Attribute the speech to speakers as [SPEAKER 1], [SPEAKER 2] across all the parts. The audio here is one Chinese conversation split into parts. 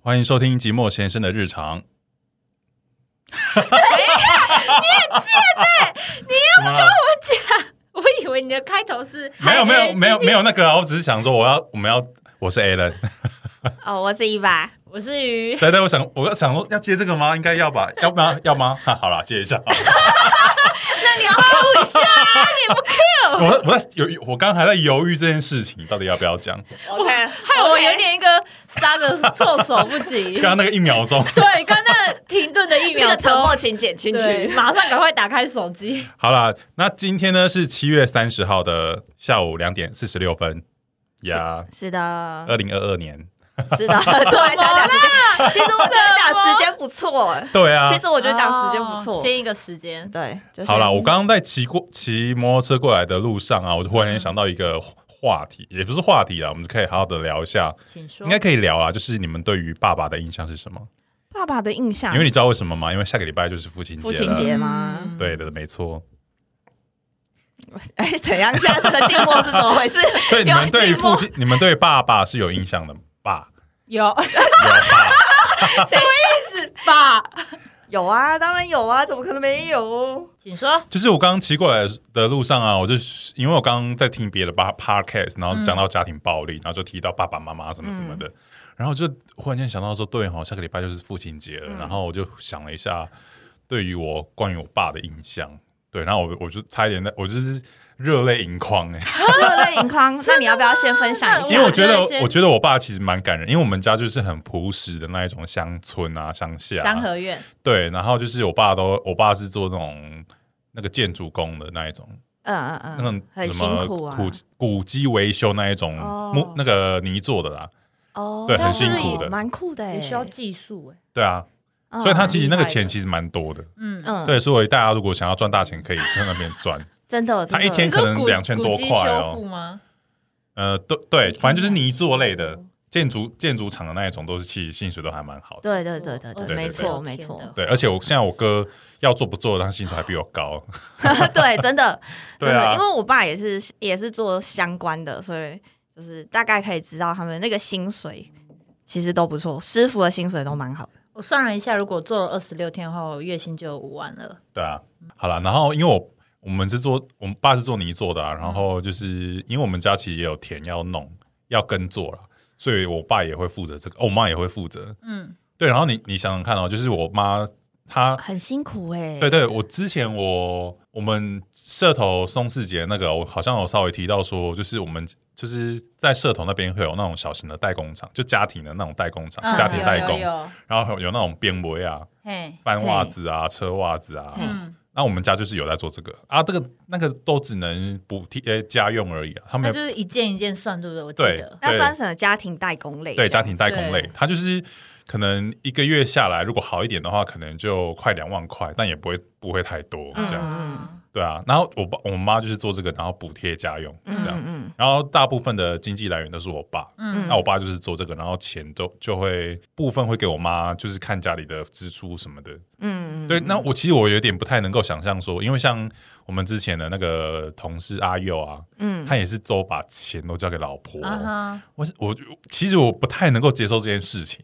[SPEAKER 1] 欢迎收听寂寞先生的日 常。哎你很贱哎！你要跟 我
[SPEAKER 2] 我以为你的开头是
[SPEAKER 1] 没
[SPEAKER 2] 哎
[SPEAKER 1] 有没有没有没有那个啊，我只是想说我要我们要我是 Alan，
[SPEAKER 3] 哦，我是伊娃，
[SPEAKER 2] 我是 鱼，
[SPEAKER 1] 对对，我想我想说要接这个吗？应该要吧？要不要要吗？ 哈好啦，接一下。
[SPEAKER 3] 那你要录一下，
[SPEAKER 1] 我我在犹豫，我刚刚还在犹豫这件事情到底要不要 讲。
[SPEAKER 3] 我看
[SPEAKER 2] 害我有点一个杀个措手不及
[SPEAKER 1] 刚。刚那个一秒钟，
[SPEAKER 2] 对，刚那停顿的一
[SPEAKER 3] 那
[SPEAKER 2] 秒
[SPEAKER 3] 个
[SPEAKER 2] 钟
[SPEAKER 3] 沉，默请减进
[SPEAKER 2] 对，
[SPEAKER 3] 去。
[SPEAKER 2] 马上赶快打开手机。
[SPEAKER 1] 好啦，那今天呢是七月三十号的下午两点四十六分呀，
[SPEAKER 3] 是的，
[SPEAKER 1] 二零二二年。
[SPEAKER 3] 是的，突然想讲时间，其实我觉得讲时间不错，哎
[SPEAKER 1] 对啊，
[SPEAKER 3] 其实我觉得讲时间不
[SPEAKER 2] 哦
[SPEAKER 3] 错，
[SPEAKER 2] 先一个时间。
[SPEAKER 3] 对，就是
[SPEAKER 1] 好啦，我刚刚在骑过骑摩托车过来的路上啊，我突然间想到一个话题，也不是话题啊，我们可以好好的聊一下，
[SPEAKER 2] 请说。
[SPEAKER 1] 应该可以聊啊，就是你们对于爸爸的印象是什么？
[SPEAKER 3] 爸爸的印象
[SPEAKER 1] 因为你知道为什么吗？因为下个礼拜就是父亲
[SPEAKER 3] 啊父
[SPEAKER 1] 节
[SPEAKER 3] 亲
[SPEAKER 1] 了。
[SPEAKER 3] 节吗？
[SPEAKER 2] 嗯
[SPEAKER 1] 对的，没错。
[SPEAKER 3] 哎，怎样？现在这个静默是怎么回事？
[SPEAKER 1] 对，你们对于
[SPEAKER 3] 有寂寞
[SPEAKER 1] 父亲，你们对爸爸是有印象的吗爸，
[SPEAKER 2] 有
[SPEAKER 1] 有爸。
[SPEAKER 2] 吧？
[SPEAKER 3] 有啊，当然有啊，怎么可能没有？
[SPEAKER 2] 请说。
[SPEAKER 1] 就是我刚刚骑过来的路上啊，我就是因为我刚刚在听别的吧 podcast，然后讲到家庭暴力，然后就提到爸爸妈妈什么什么的，然后就忽然间想到说，对哈、下个礼拜就是父亲节了，然后我就想了一下，对于我关于我爸的印象，对，然后我我就差一点在，我就是热泪盈眶哎、
[SPEAKER 3] 热泪盈眶，那你要不要先分享一
[SPEAKER 2] 真
[SPEAKER 1] 因
[SPEAKER 2] 的
[SPEAKER 3] 下
[SPEAKER 1] 为？我觉得
[SPEAKER 2] 我想
[SPEAKER 1] 我觉得我爸其实蛮感人，因为我们家就是很朴实的那一种乡村啊、乡下、
[SPEAKER 2] 三合院
[SPEAKER 1] 对，然后就是我爸都，我爸是做那种那个建筑工的那一种。
[SPEAKER 3] 嗯
[SPEAKER 1] 那
[SPEAKER 3] 嗯
[SPEAKER 1] 种
[SPEAKER 3] 嗯，很
[SPEAKER 1] 什
[SPEAKER 3] 辛
[SPEAKER 1] 么
[SPEAKER 3] 苦啊
[SPEAKER 1] 古，古迹维修那一种
[SPEAKER 2] 哦
[SPEAKER 1] 木、那个泥做的啦，
[SPEAKER 3] 哦，
[SPEAKER 1] 对很
[SPEAKER 2] 辛苦
[SPEAKER 1] 的
[SPEAKER 3] 蛮酷的欸，
[SPEAKER 2] 也需要技术哎。
[SPEAKER 1] 对啊，
[SPEAKER 3] 嗯，
[SPEAKER 1] 所以他其实那个
[SPEAKER 2] 厉害
[SPEAKER 1] 钱
[SPEAKER 2] 的
[SPEAKER 1] 其实蛮多的，
[SPEAKER 2] 嗯，
[SPEAKER 3] 嗯，
[SPEAKER 1] 对，所以大家如果想要赚大钱，可以去那边赚，
[SPEAKER 3] 真的，
[SPEAKER 1] 他
[SPEAKER 3] 真的
[SPEAKER 1] 一天
[SPEAKER 2] 你说
[SPEAKER 1] 可能
[SPEAKER 2] 古
[SPEAKER 1] 2000多
[SPEAKER 2] 古迹
[SPEAKER 1] 块哦
[SPEAKER 2] 修复吗？
[SPEAKER 1] 呃，对对，反正就是泥做类的建筑建筑厂的那一种，都是其实薪水都还蛮好的，
[SPEAKER 3] 对对对对
[SPEAKER 2] 哦
[SPEAKER 1] 对
[SPEAKER 3] 对，没
[SPEAKER 1] 对
[SPEAKER 3] 错没错，
[SPEAKER 1] 对，而且我现在我哥要做不做，他薪水还比我高，
[SPEAKER 3] 对，真的，
[SPEAKER 1] 对
[SPEAKER 3] 真
[SPEAKER 1] 啊
[SPEAKER 3] 的，因为我爸也是也是做相关的，所以就是大概可以知道他们那个薪水其实都不错，师傅的薪水都蛮好的。
[SPEAKER 2] 我算了一下，如果做了二十六天的话，我月薪就有五万了。
[SPEAKER 1] 对啊，好了，然后因为我我们是做我们爸是做泥做的、啊，
[SPEAKER 2] 嗯
[SPEAKER 1] 然后就是因为我们家其实也有田要弄要耕作啦，所以我爸也会负责这个，哦我妈也会负责。
[SPEAKER 2] 嗯，
[SPEAKER 1] 对，然后你你想想看哦，就是我妈她，
[SPEAKER 3] 很辛苦哎、
[SPEAKER 1] 对对，我之前我我们社头松四节那个，我好像有稍微提到说，就是我们就是在社头那边会有那种小型的代工厂，就家庭的那种代工厂，
[SPEAKER 2] 嗯
[SPEAKER 1] 家庭代
[SPEAKER 2] 有
[SPEAKER 1] 工，
[SPEAKER 2] 有有
[SPEAKER 1] 然后有那种编围啊、
[SPEAKER 2] 嘿，
[SPEAKER 1] 翻袜子啊、车袜子啊，
[SPEAKER 3] 嘿
[SPEAKER 2] 嗯，
[SPEAKER 1] 那我们家就是有在做这个啊，这个那个都只能补贴、呃家用而已啊，他
[SPEAKER 2] 它
[SPEAKER 1] 们
[SPEAKER 2] 就是一件一件算，对不对？我记
[SPEAKER 1] 对
[SPEAKER 2] 得
[SPEAKER 3] 那
[SPEAKER 1] 对
[SPEAKER 3] 算什么家庭代工类？
[SPEAKER 1] 对家庭代工类
[SPEAKER 2] 对，
[SPEAKER 1] 它就是可能一个月下来，如果好一点的话，可能就快两万块，但也不会不会太多
[SPEAKER 3] 嗯
[SPEAKER 1] 这样，
[SPEAKER 2] 嗯
[SPEAKER 1] 对啊。然后我爸我妈就是做这个，然后补贴家用
[SPEAKER 3] 嗯，
[SPEAKER 1] 这样，
[SPEAKER 3] 嗯嗯
[SPEAKER 1] 然后大部分的经济来源都是我爸。
[SPEAKER 2] 嗯
[SPEAKER 3] 嗯
[SPEAKER 1] 那我爸就是做这个，然后钱都就会部分会给我妈，就是看家里的支出什么的。
[SPEAKER 3] 嗯嗯，
[SPEAKER 1] 对，那我其实我有点不太能够想象说，因为像我们之前的那个同事阿佑啊，
[SPEAKER 3] 嗯，
[SPEAKER 1] 他也是都把钱都交给老婆。
[SPEAKER 2] 啊哈，
[SPEAKER 1] 我是我其实我不太能够接受这件事情。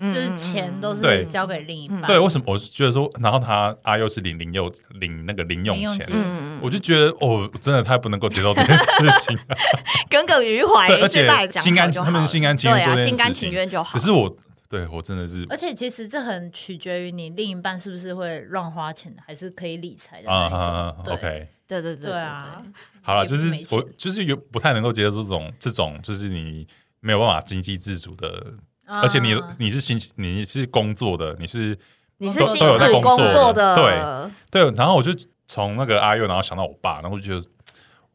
[SPEAKER 3] 嗯
[SPEAKER 2] 就是钱都是
[SPEAKER 1] 对嗯
[SPEAKER 2] 交给另一半，
[SPEAKER 1] 对，为什么？我是觉得说，然后他阿佑是领零又领那个零用
[SPEAKER 2] 零用
[SPEAKER 1] 钱，
[SPEAKER 2] 金
[SPEAKER 3] 嗯嗯，
[SPEAKER 1] 我就觉得哦，我真的太不能够接受这件事 情。
[SPEAKER 3] 耿耿于怀
[SPEAKER 1] 对，而，且
[SPEAKER 3] 现在讲
[SPEAKER 1] 心甘
[SPEAKER 3] 好就好
[SPEAKER 1] 他们
[SPEAKER 3] 了
[SPEAKER 1] 心甘情愿
[SPEAKER 3] 对啊，
[SPEAKER 1] 做这件
[SPEAKER 3] 心甘
[SPEAKER 1] 事
[SPEAKER 3] 情
[SPEAKER 1] 情
[SPEAKER 3] 愿就好
[SPEAKER 1] 只。是我对我真的是
[SPEAKER 2] 而且其实这很取决于你另一半是不是会乱花钱的，还是可以理财的
[SPEAKER 1] 啊
[SPEAKER 2] 那一种。对
[SPEAKER 1] ，OK。
[SPEAKER 3] 对对对
[SPEAKER 2] 对啊，
[SPEAKER 1] 好了，
[SPEAKER 2] 也不
[SPEAKER 1] 就是是
[SPEAKER 2] 没钱
[SPEAKER 1] 我就是有不太能够接受这种这种，就是你没有办法经济自主的，而且你
[SPEAKER 2] 啊
[SPEAKER 1] 你是辛你是工作的，你是
[SPEAKER 3] 你是
[SPEAKER 2] 都
[SPEAKER 3] 辛
[SPEAKER 2] 都有在
[SPEAKER 3] 苦
[SPEAKER 2] 工
[SPEAKER 3] 工
[SPEAKER 2] 作
[SPEAKER 3] 作
[SPEAKER 1] 的
[SPEAKER 3] 的，
[SPEAKER 1] 对，然后我就从那个阿佑，然后想到我爸，然后就觉得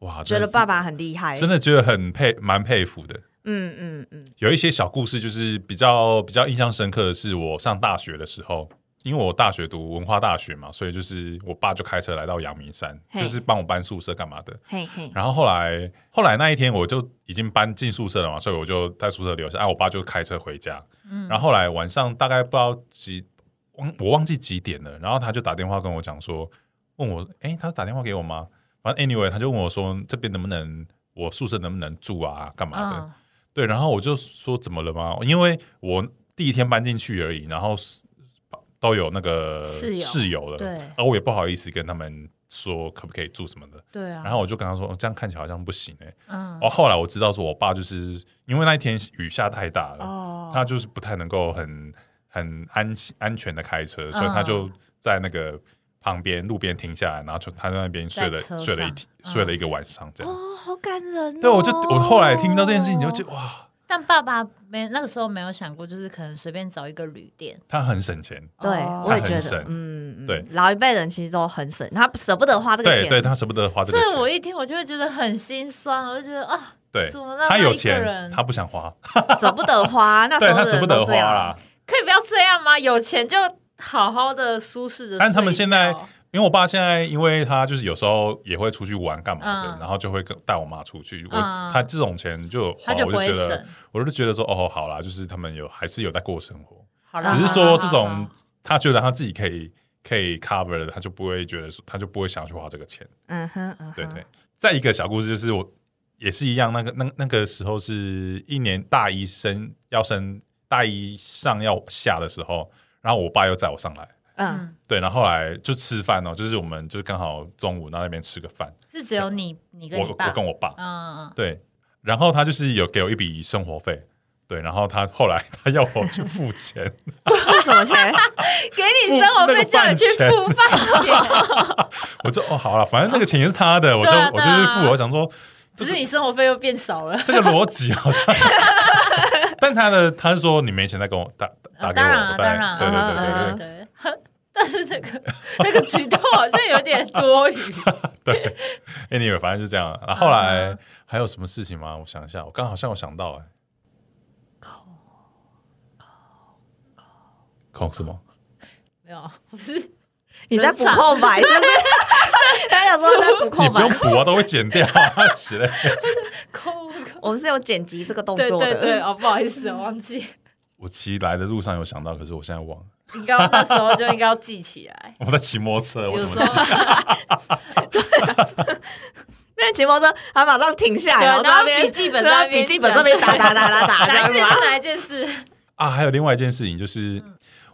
[SPEAKER 1] 哇，
[SPEAKER 3] 觉
[SPEAKER 1] 真的是
[SPEAKER 3] 得爸爸很厉害，
[SPEAKER 1] 真的觉得很佩蛮佩服的。
[SPEAKER 3] 嗯嗯嗯，
[SPEAKER 1] 有一些小故事，就是比较比较印象深刻的是，我上大学的时候，因为我大学读文化大学嘛，所以就是我爸就开车来到阳明山，
[SPEAKER 3] 嘿
[SPEAKER 1] 就是帮我搬宿舍干嘛的。
[SPEAKER 3] 嘿嘿，
[SPEAKER 1] 然后后来后来那一天我就已经搬进宿舍了嘛，所以我就在宿舍留下。哎、我爸就开车回家。
[SPEAKER 2] 嗯
[SPEAKER 1] 然后后来晚上大概不知道几，忘我忘记几点了。然后他就打电话跟我讲说，问我，哎、他打电话给我吗？反正 anyway，他就问我说这边能不能我宿舍能不能住啊，干嘛的？
[SPEAKER 2] 嗯
[SPEAKER 1] 对，然后我就说怎么了吗？因为我第一天搬进去而已，然后都有那个
[SPEAKER 2] 室友
[SPEAKER 1] 室友了，
[SPEAKER 2] 对
[SPEAKER 1] 啊，我也不好意思跟他们说可不可以住什么的，
[SPEAKER 2] 对啊，
[SPEAKER 1] 然后我就跟他说，哦这样看起来好像不行哎、
[SPEAKER 2] 嗯
[SPEAKER 1] 哦，后来我知道说，我爸就是因为那一天雨下太大了，
[SPEAKER 2] 哦，
[SPEAKER 1] 他就是不太能够很很安心安全的开车，所以
[SPEAKER 2] 嗯
[SPEAKER 1] 他就在那个旁边路边停下来，然后就他在那边睡了
[SPEAKER 2] 在车上
[SPEAKER 1] 睡了一天
[SPEAKER 2] 嗯
[SPEAKER 1] 睡了一个晚上这样。
[SPEAKER 3] 哦，好感人、哦。
[SPEAKER 1] 对，我就我后来听到这件事情，
[SPEAKER 2] 哦
[SPEAKER 1] 就觉得哇，
[SPEAKER 2] 但爸爸没那个时候没有想过，就是可能随便找一个旅店，
[SPEAKER 1] 他很省钱，
[SPEAKER 3] 对，
[SPEAKER 2] 哦
[SPEAKER 3] 我也
[SPEAKER 1] 他很
[SPEAKER 3] 觉得
[SPEAKER 1] 省，
[SPEAKER 3] 嗯，嗯
[SPEAKER 1] 对，
[SPEAKER 3] 老一辈人其实都很省，他舍不得花这个
[SPEAKER 1] 对
[SPEAKER 3] 钱，
[SPEAKER 1] 对，他舍不得花这个
[SPEAKER 2] 这我
[SPEAKER 1] 钱，
[SPEAKER 2] 一听我就会觉得很心酸，我就觉得啊，
[SPEAKER 1] 对
[SPEAKER 2] 怎么让，
[SPEAKER 1] 他
[SPEAKER 2] 他
[SPEAKER 1] 有
[SPEAKER 2] 一个
[SPEAKER 1] 钱
[SPEAKER 2] 人
[SPEAKER 1] 他不想花，
[SPEAKER 3] 舍不得花。那
[SPEAKER 1] 对
[SPEAKER 3] 时候
[SPEAKER 1] 他
[SPEAKER 3] 的
[SPEAKER 1] 舍不
[SPEAKER 3] 人都
[SPEAKER 1] 得花
[SPEAKER 3] 这样
[SPEAKER 1] 啦。。
[SPEAKER 2] 可以不要这样吗？有钱就好好的舒适的。
[SPEAKER 1] 但他们现在因为我爸现在，因为他就是有时候也会出去玩干嘛的，
[SPEAKER 2] 嗯
[SPEAKER 1] 然后就会跟带我妈出去。我、
[SPEAKER 2] 嗯
[SPEAKER 1] 他这种钱就有花，
[SPEAKER 2] 他就
[SPEAKER 1] 我
[SPEAKER 2] 不
[SPEAKER 1] 就觉
[SPEAKER 2] 会
[SPEAKER 1] 得
[SPEAKER 2] 省，
[SPEAKER 1] 我就觉得说，哦，好啦，就是他们有还是有在过生活，
[SPEAKER 2] 好啦
[SPEAKER 1] 只是
[SPEAKER 2] 好
[SPEAKER 1] 说
[SPEAKER 2] 啦
[SPEAKER 1] 这
[SPEAKER 2] 好啦
[SPEAKER 1] 种他觉得他自己可以可以 cover 的，他就不会觉得说，他就不会想去花这个钱。
[SPEAKER 3] 嗯哼，
[SPEAKER 2] 啊
[SPEAKER 3] 嗯哼，
[SPEAKER 1] 对对。再一个小故事就是我也是一样，那个那那个时候是一年大一升要升大一上要下的时候，然后我爸又载我上来。
[SPEAKER 3] 嗯，
[SPEAKER 2] 嗯，
[SPEAKER 1] 对，然后后来就吃饭哦，就是我们就是刚好中午到那边吃个饭，
[SPEAKER 2] 是只有你你跟
[SPEAKER 1] 我
[SPEAKER 2] 你爸，
[SPEAKER 1] 我跟我爸，
[SPEAKER 2] 嗯嗯
[SPEAKER 1] 对，然后他就是有给我一笔生活费，对，然后他后来他要我去付钱，
[SPEAKER 3] 为什么钱？
[SPEAKER 2] 嗯，给你生活
[SPEAKER 1] 那个
[SPEAKER 2] 费叫你去
[SPEAKER 1] 饭
[SPEAKER 2] 付饭 钱，
[SPEAKER 1] 我就哦好了，反正那个钱也是他的，我就
[SPEAKER 2] 对啊
[SPEAKER 1] 我就去
[SPEAKER 2] 对
[SPEAKER 1] 付，
[SPEAKER 2] 啊
[SPEAKER 1] 我想说
[SPEAKER 2] 只是你生活费又变少了。
[SPEAKER 1] 这个逻辑好 像，但他的他是说你没钱再跟我打打
[SPEAKER 2] 呃
[SPEAKER 1] 给我，
[SPEAKER 2] 当然啊
[SPEAKER 1] 我再
[SPEAKER 2] 当然啊
[SPEAKER 1] 对对对对对
[SPEAKER 3] 嗯嗯嗯。
[SPEAKER 2] 对， 但是那个那个举动好像有点 多余。
[SPEAKER 1] 对，anyway，反正就这样。然后后来
[SPEAKER 2] 嗯
[SPEAKER 1] 还有什么事情吗？我想一下，我刚好像我想到哎、空什么？
[SPEAKER 2] 没有，我是
[SPEAKER 3] 你在补空白是不是？大家想说在补
[SPEAKER 1] 你
[SPEAKER 3] 空
[SPEAKER 1] 不用
[SPEAKER 3] 白，
[SPEAKER 1] 补啊，都会剪掉 啊，是嘞。
[SPEAKER 2] 抠。
[SPEAKER 3] 我们是有剪辑这个动
[SPEAKER 2] 对
[SPEAKER 3] 作
[SPEAKER 2] 对对，
[SPEAKER 3] 的。
[SPEAKER 2] 哦，不好意思，我忘 记，
[SPEAKER 1] 我骑来的路上有想到，可是我现在忘了。
[SPEAKER 2] 你刚刚那时候就应该要记起来。
[SPEAKER 1] 我在骑摩托车，
[SPEAKER 2] 比
[SPEAKER 1] 我
[SPEAKER 2] 如
[SPEAKER 1] 怎
[SPEAKER 2] 说
[SPEAKER 1] 么，记？
[SPEAKER 3] 那骑摩托车，他马上停下来，
[SPEAKER 2] 对
[SPEAKER 3] 然后在
[SPEAKER 2] 然
[SPEAKER 3] 那
[SPEAKER 2] 后
[SPEAKER 3] 边
[SPEAKER 2] 笔记本
[SPEAKER 3] 对啊
[SPEAKER 2] 在那边
[SPEAKER 3] 笔记本
[SPEAKER 2] 讲
[SPEAKER 3] 这边打打打打打，这
[SPEAKER 2] 哪
[SPEAKER 3] 样
[SPEAKER 2] 一
[SPEAKER 3] 子
[SPEAKER 2] 件
[SPEAKER 3] 吗
[SPEAKER 2] 事？哪一件事？
[SPEAKER 1] 啊，还有另外一件事情，就是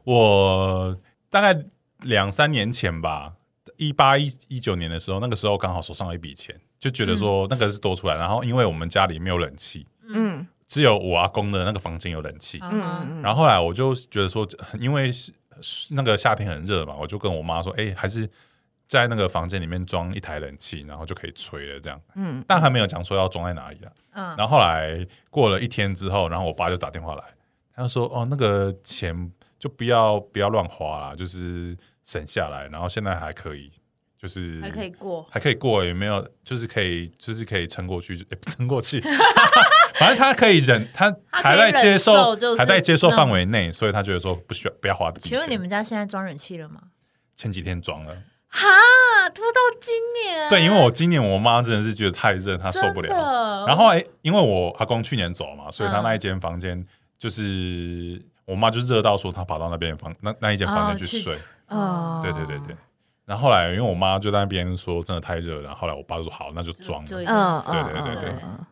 [SPEAKER 1] 我大概两三年前吧，一八一一九年的时候，那个时候刚好手上有一笔钱，就觉得说那个是多出来。然后因为我们家里没有冷气，
[SPEAKER 3] 嗯
[SPEAKER 1] 只有我阿公的那个房间有冷气。
[SPEAKER 3] 嗯嗯嗯，
[SPEAKER 1] 然后后来我就觉得说，因为是是那个夏天很热嘛，我就跟我妈说，哎、还是在那个房间里面装一台冷气，然后就可以吹了这样。
[SPEAKER 3] 嗯，
[SPEAKER 1] 但还没有讲说要装在哪里啊。
[SPEAKER 2] 嗯，
[SPEAKER 1] 然后后来过了一天之后，然后我爸就打电话来，他就说，哦，那个钱就不要不要乱花啦，就是省下来，然后现在还可以，就是
[SPEAKER 2] 还可以过。
[SPEAKER 1] 还可以过，有没有？就是可以，就是可以撑过 去，哎诶不撑过去。 反正他可以忍，他
[SPEAKER 2] 他
[SPEAKER 1] 还
[SPEAKER 2] 可以
[SPEAKER 1] 在接
[SPEAKER 2] 忍
[SPEAKER 1] 受，
[SPEAKER 2] 受就是
[SPEAKER 1] 还在接受
[SPEAKER 2] 那
[SPEAKER 1] 范围内，所以他觉得说不需要不要花这笔
[SPEAKER 2] 请问你
[SPEAKER 1] 钱。
[SPEAKER 2] 们家现在装冷气了吗？
[SPEAKER 1] 前几天装了，
[SPEAKER 2] 哈，拖到今年。
[SPEAKER 1] 对，因为我今年我妈真的是觉得太热，她受不
[SPEAKER 2] 真
[SPEAKER 1] 了。
[SPEAKER 2] 的
[SPEAKER 1] 然后哎、因为我阿公去年走嘛，所以他
[SPEAKER 2] 嗯
[SPEAKER 1] 那一间房间就是、我妈就热到说她跑到那边房那那一间房
[SPEAKER 2] 哦
[SPEAKER 1] 间去
[SPEAKER 2] 去
[SPEAKER 1] 睡。
[SPEAKER 3] 哦，
[SPEAKER 1] 对对对对。然后后来因为我妈就在那边说真的太热了，然后后来我爸就说好那就
[SPEAKER 2] 就
[SPEAKER 1] 装了
[SPEAKER 2] 就。一
[SPEAKER 3] 嗯，嗯
[SPEAKER 1] 对对对对
[SPEAKER 3] 嗯嗯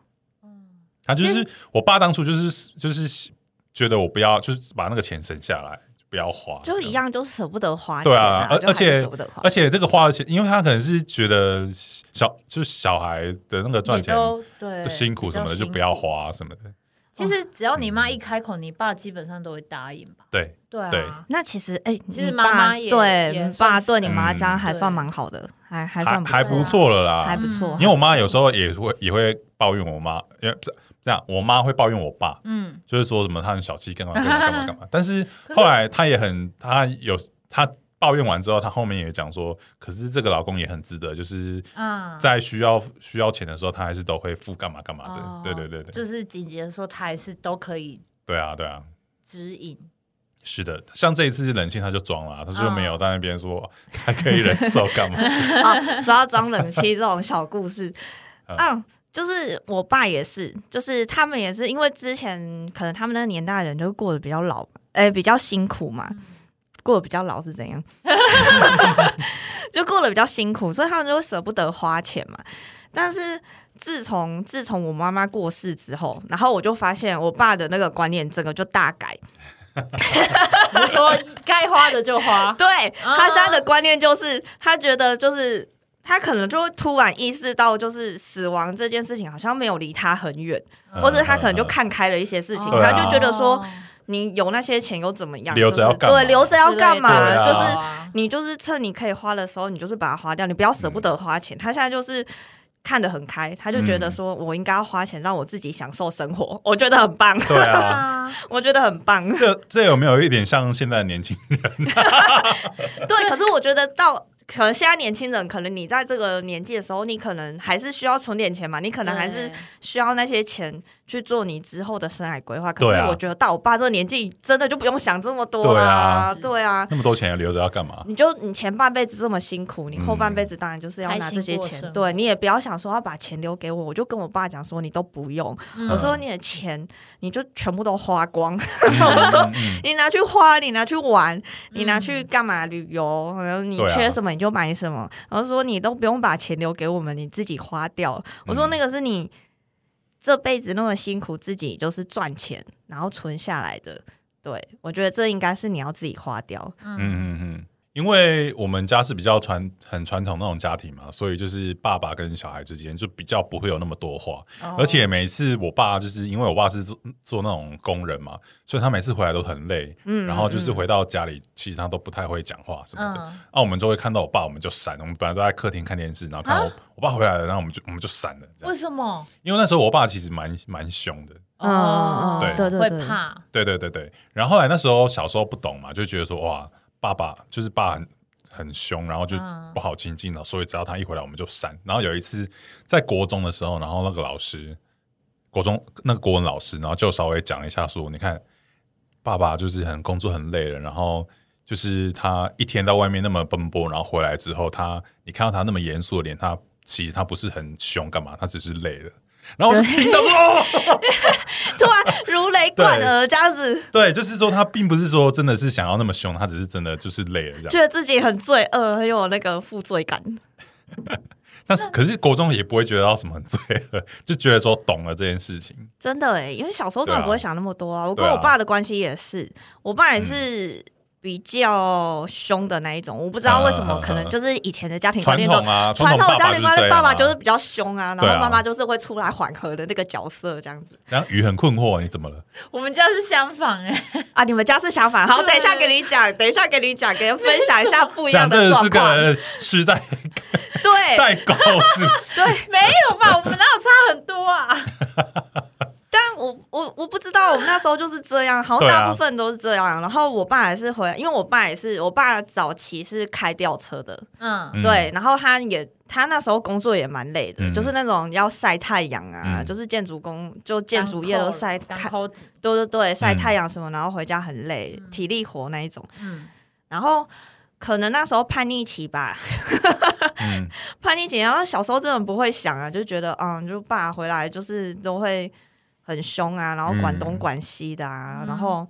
[SPEAKER 1] 他啊就是我爸当初就是就是觉得我不要，就是把那个钱省下来，不要花，
[SPEAKER 3] 就一。样，就舍不得花
[SPEAKER 1] 对
[SPEAKER 3] 钱
[SPEAKER 1] 啊，而
[SPEAKER 3] 就还
[SPEAKER 1] 而
[SPEAKER 3] 是
[SPEAKER 1] 且
[SPEAKER 3] 舍不得花
[SPEAKER 1] 而，且这个花的钱，因为他可能是觉得小就是小孩的那个赚
[SPEAKER 2] 也
[SPEAKER 1] 钱
[SPEAKER 2] 都对
[SPEAKER 1] 辛苦什么的，就不要。嗯花什么的。
[SPEAKER 2] 比较辛苦其实只要你妈一开口，你爸基本上都会答应吧？
[SPEAKER 1] 对，
[SPEAKER 2] 对啊，
[SPEAKER 1] 对
[SPEAKER 3] 那其实，哎、
[SPEAKER 2] 其实
[SPEAKER 3] 你
[SPEAKER 2] 妈妈
[SPEAKER 3] 爸
[SPEAKER 2] 也
[SPEAKER 3] 对
[SPEAKER 2] 也
[SPEAKER 3] 你爸
[SPEAKER 2] 算是
[SPEAKER 3] 对你妈这样
[SPEAKER 1] 嗯
[SPEAKER 3] 还
[SPEAKER 2] 对
[SPEAKER 3] 算蛮好的，还
[SPEAKER 1] 还
[SPEAKER 3] 还算啊
[SPEAKER 1] 还不错了啦
[SPEAKER 3] 还。不错
[SPEAKER 2] 嗯。
[SPEAKER 1] 因为我妈有时候也会也会抱怨我妈，因为不是这样，我妈会抱怨我爸，
[SPEAKER 2] 嗯，
[SPEAKER 1] 就是说什么他很小气，干嘛干嘛干嘛干嘛。但是后来他也很，他有他抱怨完之后，他后面也讲说，可是这个老公也很值得，就是
[SPEAKER 2] 啊，
[SPEAKER 1] 在需要需要钱的时候，他还是都会付干嘛干嘛的。
[SPEAKER 2] 哦
[SPEAKER 1] 对对对对，
[SPEAKER 2] 就是紧急的时候，他还是都可以
[SPEAKER 1] 对啊对啊，
[SPEAKER 2] 指引。
[SPEAKER 1] 是的。像这一次冷气他就装了啊，他就
[SPEAKER 2] 哦
[SPEAKER 1] 没有在那边说 还可以忍受干嘛。
[SPEAKER 3] 啊，说到装冷气这种小故事，
[SPEAKER 1] 嗯
[SPEAKER 3] 嗯，就是我爸也是，就是他们也是因为之前可能他们那个年代的人就过得比较老，哎、比较辛苦嘛，过得比较老是怎样？ 就过得比较辛苦，所以他们就会舍不得花钱嘛。但是自从自从我妈妈过世之后，然后我就发现我爸的那个观念整个就大改。
[SPEAKER 2] 你说该花的就花，
[SPEAKER 3] 对
[SPEAKER 2] 啊
[SPEAKER 3] 他现在的观念就是，他觉得就是他可能就会突然意识到，就是死亡这件事情好像没有离他很远，或者他可能就看开了一些事情，
[SPEAKER 1] 嗯嗯嗯嗯
[SPEAKER 3] 他就觉得说
[SPEAKER 2] 哦，
[SPEAKER 3] 你有那些钱又怎么样？
[SPEAKER 1] 留着
[SPEAKER 3] 就是
[SPEAKER 1] 要干嘛
[SPEAKER 3] 对，留着要干嘛？
[SPEAKER 1] 之类的
[SPEAKER 3] 就是
[SPEAKER 2] 对啊
[SPEAKER 3] 你就是趁你可以花的时候，你就是把它花掉，你不要舍不得花钱。他现在就是。看得很开，他就觉得说，
[SPEAKER 1] 嗯
[SPEAKER 3] 我应该要花钱让我自己享受生活，我觉得很棒，
[SPEAKER 1] 对啊。
[SPEAKER 3] 我觉得很棒。
[SPEAKER 1] 这这有没有一点像现在的年轻人？
[SPEAKER 3] 对，可是我觉得到可能现在年轻人，可能你在这个年纪的时候，你可能还是需要存点钱嘛，你可能还是
[SPEAKER 2] 对啊
[SPEAKER 3] 需要那些钱去做你之后的生涯规划。可
[SPEAKER 1] 对
[SPEAKER 3] 是
[SPEAKER 1] 啊
[SPEAKER 3] 我觉得到我爸这个年纪，真的就不用想这么多
[SPEAKER 1] 对
[SPEAKER 3] 啦
[SPEAKER 1] 啊。
[SPEAKER 3] 对啊，
[SPEAKER 1] 那么多钱留着要干嘛？
[SPEAKER 3] 你就你前半辈子这么辛苦，你后半辈子当然就是要
[SPEAKER 2] 开
[SPEAKER 3] 拿
[SPEAKER 2] 心
[SPEAKER 3] 这些
[SPEAKER 2] 过
[SPEAKER 3] 钱。
[SPEAKER 2] 生活
[SPEAKER 3] 对，你也不要想说要啊把钱留给我，我就跟我爸讲说你都不用，
[SPEAKER 2] 嗯
[SPEAKER 3] 我说你的钱你就全部都花 光。
[SPEAKER 1] 我说，嗯
[SPEAKER 3] 你拿去花，你拿去玩，你拿去干嘛？旅游，然后你
[SPEAKER 1] 对啊
[SPEAKER 3] 缺什么你就买什么。然后说你都不用把钱留给我们，你自己花掉。我
[SPEAKER 1] 嗯
[SPEAKER 3] 说那个是你这辈子那么辛苦，自己就是赚钱，然后存下来的。对，我觉得这应该是你要自己花掉。
[SPEAKER 1] 嗯嗯嗯，因为我们家是比较传很传统那种家庭嘛，所以就是爸爸跟小孩之间就比较不会有那么多话，嗯
[SPEAKER 2] 哦
[SPEAKER 1] 而且每次我爸就是因为我爸是做做那种工人嘛，所以他每次回来都很累，
[SPEAKER 3] 嗯
[SPEAKER 1] 然后就是回到家里，其实他都不太会讲话什么的。
[SPEAKER 2] 嗯，
[SPEAKER 1] 啊，我们就会看到我爸，我们就闪。我们本来都在客厅看电视，然后看我、我爸回来了，然后我们就我们就闪了。这
[SPEAKER 2] 为
[SPEAKER 1] 样，
[SPEAKER 2] 什么？
[SPEAKER 1] 因为那时候我爸其实蛮蛮凶的，
[SPEAKER 3] 嗯嗯嗯
[SPEAKER 2] 哦
[SPEAKER 1] 对
[SPEAKER 3] 对
[SPEAKER 2] 会
[SPEAKER 3] 对对
[SPEAKER 2] 怕，
[SPEAKER 1] 对对对对。然后后来那时候小时候不懂嘛，就觉得说哇，爸爸就是爸很很凶，然后就
[SPEAKER 2] 嗯
[SPEAKER 1] 不好亲近了，所以只要他一回来我们就闪。然后有一次在国中的时候，然后那个老师，国中那个国文老师，然后就稍微讲了一下说，你看爸爸就是很工作很累了，然后。就是他一天到外面那么奔波，然后回来之后他，你看到他那么严肃的脸，他其实他不是很凶，干嘛？他只是累了。然后我就听到说，哦
[SPEAKER 3] 嗯突然如 雷贯耳这样子，
[SPEAKER 1] 对，就是说他并不是说真的是想要那么凶，他只是真的就是累了这样。
[SPEAKER 3] 觉得自己很罪恶，很有那个负罪感。
[SPEAKER 1] 但是可是国中也不会觉得到什么很罪恶，就觉得说懂了这件事情。
[SPEAKER 3] 真的哎、因为小时候真的
[SPEAKER 1] 对啊
[SPEAKER 3] 不会想那么多啊。我跟
[SPEAKER 1] 对啊嗯
[SPEAKER 3] 我爸的关系也是，我爸也是比较凶的那一种。我不知道为什么，
[SPEAKER 1] 嗯嗯嗯
[SPEAKER 3] 可能就是以前的家庭
[SPEAKER 1] 传
[SPEAKER 3] 观念都
[SPEAKER 1] 统啊，
[SPEAKER 3] 传
[SPEAKER 1] 统
[SPEAKER 3] 统
[SPEAKER 1] 爸
[SPEAKER 3] 家
[SPEAKER 1] 爸
[SPEAKER 3] 庭
[SPEAKER 1] 就是
[SPEAKER 3] 观
[SPEAKER 1] 这
[SPEAKER 3] 念，
[SPEAKER 1] 样啊、
[SPEAKER 3] 爸爸就是比较凶啊，然后
[SPEAKER 1] 对啊
[SPEAKER 3] 妈妈就是会出来缓和的那个角色这样子
[SPEAKER 1] 然后鱼很困惑，你怎么了？
[SPEAKER 2] 我们家是相反哎，
[SPEAKER 3] 啊。你们家是相反，好，
[SPEAKER 2] 对
[SPEAKER 3] 等一下给你讲，等一下给你讲，给你分享一下不一样
[SPEAKER 1] 讲这
[SPEAKER 3] 的
[SPEAKER 1] 个
[SPEAKER 3] 状
[SPEAKER 1] 是
[SPEAKER 3] 况。哎
[SPEAKER 1] 个世 代
[SPEAKER 3] 对，
[SPEAKER 1] 代沟，是 不是？
[SPEAKER 3] 对，
[SPEAKER 2] 没有吧？我们哪有差很多啊？
[SPEAKER 3] 但我我我不知道，我们那时候就是这样，好像
[SPEAKER 1] 对啊
[SPEAKER 3] 大部分都是这样。然后我爸也是回来，因为我爸也是，我爸早期是开吊车的，
[SPEAKER 2] 嗯，
[SPEAKER 1] 嗯
[SPEAKER 3] 对，，然后他也他那时候工作也蛮累的，
[SPEAKER 1] 嗯
[SPEAKER 3] 就是那种要晒太阳啊，
[SPEAKER 1] 嗯
[SPEAKER 3] 就是建筑工就建筑业都晒
[SPEAKER 2] 当
[SPEAKER 3] 太，
[SPEAKER 2] 抠紧，
[SPEAKER 3] 对对对，晒太阳什
[SPEAKER 1] 嗯
[SPEAKER 3] 么，然后回家很累，体力活那一种。
[SPEAKER 2] 嗯，
[SPEAKER 3] 然后可能那时候叛逆期吧，
[SPEAKER 1] 嗯
[SPEAKER 3] 叛逆期，然后小时候真的不会想啊，就觉得嗯，就爸回来就是都会很凶啊，然后管东管西的啊，
[SPEAKER 2] 嗯
[SPEAKER 3] 然后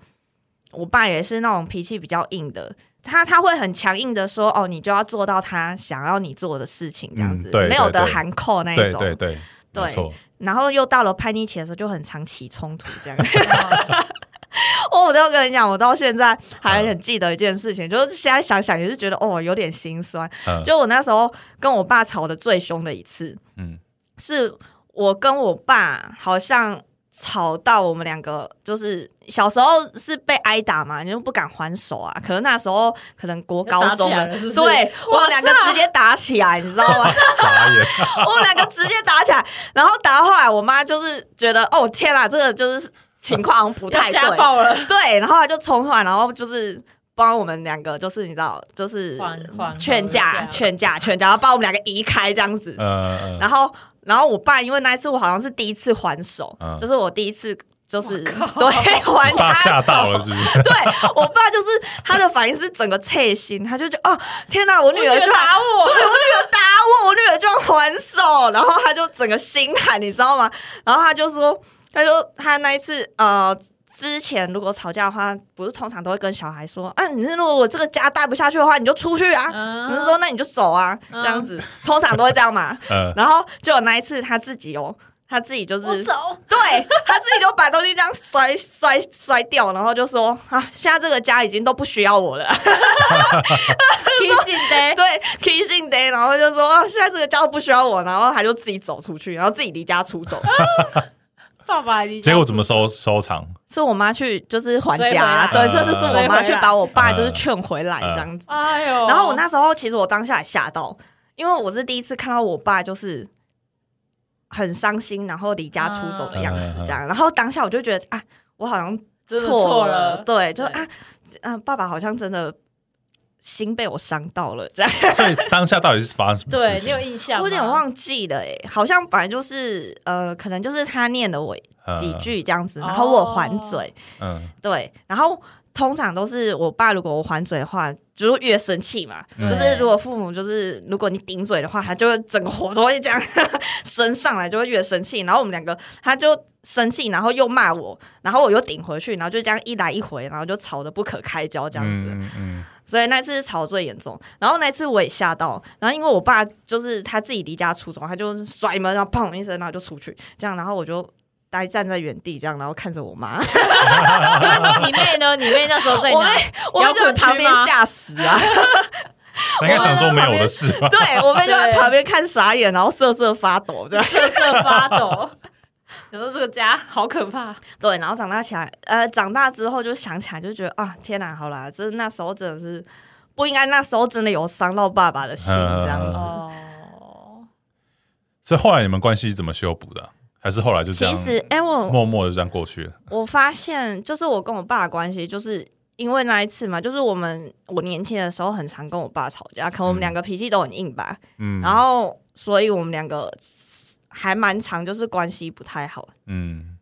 [SPEAKER 3] 我爸也是那种脾气比较硬的。他他会很强硬的说，哦，你就要做到他想要你做的事情，这样子，
[SPEAKER 1] 嗯对
[SPEAKER 3] 没有的
[SPEAKER 1] 对对
[SPEAKER 3] 含扣那一
[SPEAKER 1] 对
[SPEAKER 3] 种。
[SPEAKER 1] 对对，
[SPEAKER 3] 对
[SPEAKER 1] 没错，
[SPEAKER 3] 然后又到了叛逆期的时候，就很常起冲突 这样。哦，我都要跟你讲，我到现在还很记得一件事情，就是现在想想也是觉得哦有点心酸。
[SPEAKER 1] 嗯
[SPEAKER 3] 就我那时候跟我爸吵得最凶的一次，
[SPEAKER 1] 嗯
[SPEAKER 3] 是我跟我爸好像吵到我们两个，就是小时候是被挨打嘛，你就不敢还手啊。可是那时候可能国高
[SPEAKER 2] 就打起
[SPEAKER 3] 中了，
[SPEAKER 2] 来了是不是
[SPEAKER 3] 对我们两个
[SPEAKER 2] 哇塞
[SPEAKER 3] 直接打起来，你知道吗？
[SPEAKER 1] 傻眼，
[SPEAKER 3] 我们两个直接打起来，然后打到后来，我妈就是觉得哦天啊，这个就是情况好像 不太
[SPEAKER 2] 要
[SPEAKER 3] 对，
[SPEAKER 2] 家暴了，
[SPEAKER 3] 对，然后她就冲出来，然后就是。帮我们两个就是你知道，就是
[SPEAKER 2] 缓缓
[SPEAKER 3] 嗯劝架、
[SPEAKER 2] 和一下
[SPEAKER 3] 劝架、劝架，然后把我们两个移开这样子。
[SPEAKER 1] 呃，
[SPEAKER 3] 然后然后我爸因为那一次我好像是第一次还手，
[SPEAKER 1] 嗯
[SPEAKER 3] 就是我第一次就是
[SPEAKER 2] 哇靠
[SPEAKER 3] 对还
[SPEAKER 1] 你爸
[SPEAKER 3] 他
[SPEAKER 1] 吓到了，
[SPEAKER 3] 手。
[SPEAKER 1] 是不是？
[SPEAKER 3] 对我爸就是他的反应是整个脆心，他就觉得哦天哪，我女儿
[SPEAKER 2] 我
[SPEAKER 3] 就
[SPEAKER 2] 女儿打我
[SPEAKER 3] 对我女儿打我，我女儿就要还手，然后他就整个心寒，你知道吗？然后他就说，他就他那一次呃。之前如果吵架的话，不是通常都会跟小孩说，啊，你是如果我这个家待不下去的话，你就出去啊。
[SPEAKER 2] 嗯
[SPEAKER 3] 你就说那你就走啊，这样子，通常都会这样嘛。
[SPEAKER 1] 呃，
[SPEAKER 3] 然后就有那一次他自己哦，他自己就是
[SPEAKER 2] 我走，
[SPEAKER 3] 对他自己就把东西这样摔摔摔掉，然后就说啊，现在这个家已经都不需要我了。
[SPEAKER 2] 提醒的，
[SPEAKER 3] 对 k 信 day，然后就说啊，现在这个家都不需要我，然后他就自己走出去，然后自己离家出走。
[SPEAKER 2] 爸爸离家
[SPEAKER 1] 结果怎么收收场？
[SPEAKER 3] 是我妈去就是还
[SPEAKER 2] 追回
[SPEAKER 3] 家
[SPEAKER 2] 来，
[SPEAKER 3] 对，
[SPEAKER 1] 嗯
[SPEAKER 3] 所以是我妈去把我爸就是
[SPEAKER 1] 嗯
[SPEAKER 3] 劝回来这样子。
[SPEAKER 2] 哎呦，
[SPEAKER 3] 然后我那时候其实我当下也吓到，因为我是第一次看到我爸就是很伤心，然后离家出走的样子
[SPEAKER 1] 嗯
[SPEAKER 3] 这样。然后当下我就觉得啊，我好像
[SPEAKER 2] 真的
[SPEAKER 3] 错
[SPEAKER 2] 错了
[SPEAKER 3] 对，就
[SPEAKER 2] 对
[SPEAKER 3] 啊，嗯、爸爸好像真的心被我伤到了这样。
[SPEAKER 1] 所以当下到底是发生什么
[SPEAKER 2] 对
[SPEAKER 1] 事
[SPEAKER 2] 你有
[SPEAKER 1] 情？
[SPEAKER 2] 印象吗？
[SPEAKER 3] 我有点忘记了、欸，好像本来就是呃，可能就是他念了我
[SPEAKER 1] 嗯
[SPEAKER 3] 几，句这样子，
[SPEAKER 2] 哦
[SPEAKER 3] 然后我还嘴，
[SPEAKER 1] 嗯，
[SPEAKER 3] 对，然后通常都是我爸，如果我还嘴的话，就是越生气嘛，
[SPEAKER 1] 嗯
[SPEAKER 3] 就是如果父母就是如果你顶嘴的话，他就会整个火都会这样 升上来，就会越生气。然后我们两个他就生气，然后又骂我，然后我又顶回去，然后就这样一来一回，然后就吵得不可开交这样子。
[SPEAKER 1] 嗯嗯
[SPEAKER 3] 所以那次吵最严重，然后那次我也吓到，然后因为我爸就是他自己离家出走，他就甩门，然后砰一声，然后就出去，这样，然后我就呆站在原地，这样，然后看着我妈，
[SPEAKER 2] 所以你妹 呢？你妹那时候在
[SPEAKER 3] 我
[SPEAKER 2] 哪
[SPEAKER 3] 妹？我妹就在旁边
[SPEAKER 2] 摇滚区吗
[SPEAKER 3] 吓死啊，
[SPEAKER 1] 嗯，应该想说没有的事哦吧？
[SPEAKER 3] 对我妹就在旁边看傻眼，然后瑟瑟发抖，这样，
[SPEAKER 2] 瑟瑟发抖，想说这个家好可怕。
[SPEAKER 3] 对，然后长大起来，呃，长大之后就想起来，就觉得啊，天哪，好啦，真的那时候真的是不应该，那时候真的有伤到爸爸的心，这样子。
[SPEAKER 2] 哦，
[SPEAKER 1] 所以后来你们关系怎么修补的啊？还是后来就这
[SPEAKER 3] 其
[SPEAKER 1] 样
[SPEAKER 3] 实，哎、我
[SPEAKER 1] 默默的就这样过去了？
[SPEAKER 3] 我发现，就是我跟我爸的关系，就是因为那一次嘛，就是我们我年轻的时候很常跟我爸吵架，可能我
[SPEAKER 1] 嗯
[SPEAKER 3] 们两个脾气都很硬吧，
[SPEAKER 1] 嗯，
[SPEAKER 3] 然后所以我们两个还蛮常就是关系不太好。
[SPEAKER 1] 嗯，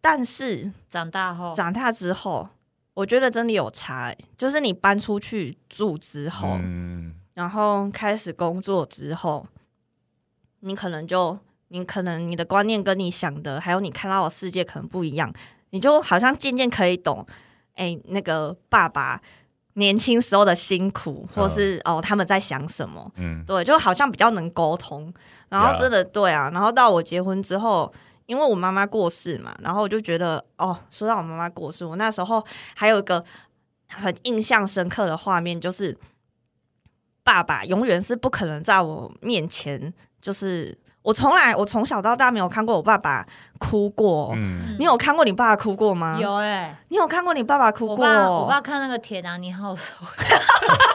[SPEAKER 3] 但是
[SPEAKER 2] 长大后，
[SPEAKER 3] 长大之后，我觉得真的有差欸、就是你搬出去住之后，
[SPEAKER 1] 嗯
[SPEAKER 3] 然后开始工作之后，你可能就你可能你的观念跟你想的，还有你看到的世界可能不一样，你就好像渐渐可以懂，哎，那个爸爸年轻时候的辛苦，或是、哦他们在想什么，
[SPEAKER 1] 嗯
[SPEAKER 3] 对，就好像比较能沟通。然后
[SPEAKER 1] Yeah
[SPEAKER 3] 真的对啊，然后到我结婚之后。因为我妈妈过世嘛，然后我就觉得哦，说到我妈妈过世，我那时候还有一个很印象深刻的画面，就是爸爸永远是不可能在我面前，就是我从来我从小到大没有看过我爸爸哭过。
[SPEAKER 1] 嗯，
[SPEAKER 3] 你有看过你爸爸哭过吗？
[SPEAKER 2] 有哎，
[SPEAKER 3] 你有看过你爸爸哭
[SPEAKER 2] 我
[SPEAKER 3] 啊过？
[SPEAKER 2] 爸我爸看那个《铁达尼号》手，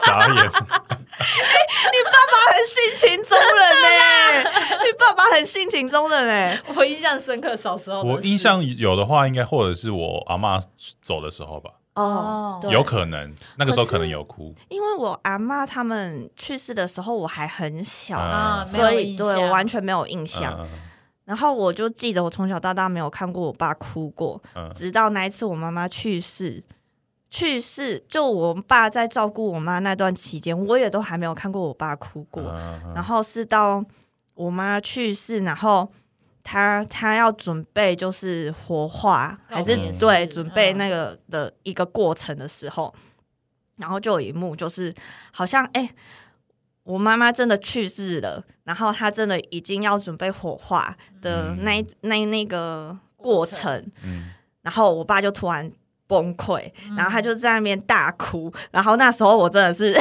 [SPEAKER 1] 傻 眼，
[SPEAKER 3] 很性情中人呢、 你爸爸很性情中人呢、 欸
[SPEAKER 2] 我印象深刻，小时候的
[SPEAKER 1] 我
[SPEAKER 2] 事
[SPEAKER 1] 印象有的话，应该或者是我阿妈走的时候吧，
[SPEAKER 2] 哦
[SPEAKER 3] 对
[SPEAKER 1] 有可能那个时候
[SPEAKER 3] 可是
[SPEAKER 1] 可能有哭，
[SPEAKER 3] 因为我阿妈他们去世的时候我还很小，
[SPEAKER 1] 啊
[SPEAKER 2] 啊，没有
[SPEAKER 3] 所以
[SPEAKER 2] 印
[SPEAKER 3] 对
[SPEAKER 2] 象
[SPEAKER 3] 我完全没有印象。
[SPEAKER 1] 嗯
[SPEAKER 3] 然后我就记得我从小到大没有看过我爸哭过，
[SPEAKER 1] 嗯
[SPEAKER 3] 直到那一次我妈妈去世，去世就我爸在照顾我妈那段期间，我也都还没有看过我爸哭过。
[SPEAKER 1] 嗯
[SPEAKER 3] 然后是到我妈去世，然后她她要准备就是火化，
[SPEAKER 2] 告
[SPEAKER 3] 还是
[SPEAKER 1] 别式
[SPEAKER 3] 对准备
[SPEAKER 2] 嗯
[SPEAKER 3] 那个的一个过程的时候，然后就有一幕就是好像哎、我妈妈真的去世了，然后她真的已经要准备火化的那一、那那个过
[SPEAKER 2] 过
[SPEAKER 3] 程，
[SPEAKER 1] 嗯
[SPEAKER 3] 然后我爸就突然。崩溃，
[SPEAKER 2] 嗯
[SPEAKER 3] 然后他就在那边大哭，然后那时候我真的是